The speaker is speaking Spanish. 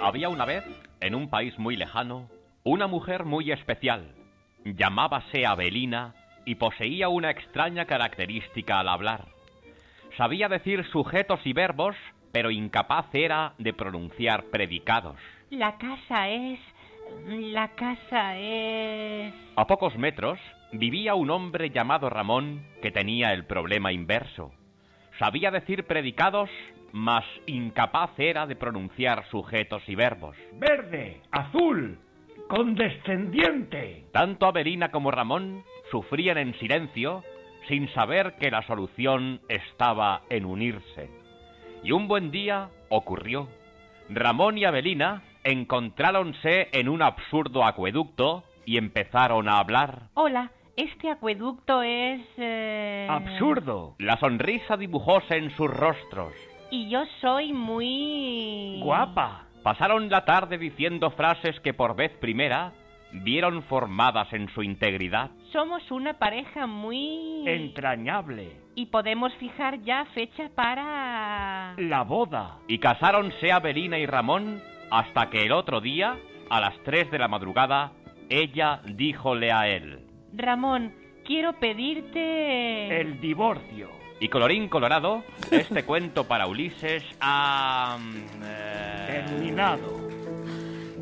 Había una vez, en un país muy lejano, una mujer muy especial. Llamábase Abelina y poseía una extraña característica al hablar. Sabía decir sujetos y verbos, pero incapaz era de pronunciar predicados. La casa es... La casa es... A pocos metros vivía un hombre llamado Ramón que tenía el problema inverso. Sabía decir predicados, mas incapaz era de pronunciar sujetos y verbos. Verde, azul, condescendiente. Tanto Avelina como Ramón sufrían en silencio sin saber que la solución estaba en unirse. Y un buen día ocurrió. Ramón y Avelina encontráronse en un absurdo acueducto y empezaron a hablar. Hola, este acueducto es... eh, Absurdo. La sonrisa dibujóse en sus rostros. Y yo soy muy... Guapa. Pasaron la tarde diciendo frases que por vez primera vieron formadas en su integridad. Somos una pareja muy... Entrañable. Y podemos fijar ya fecha para... La boda. Y casáronse Avelina y Ramón hasta que el otro día, a las 3 de la madrugada, ella díjole a él. Ramón, quiero pedirte... El divorcio. Y colorín colorado, este cuento para Ulises ha... mm, eh, Terminado.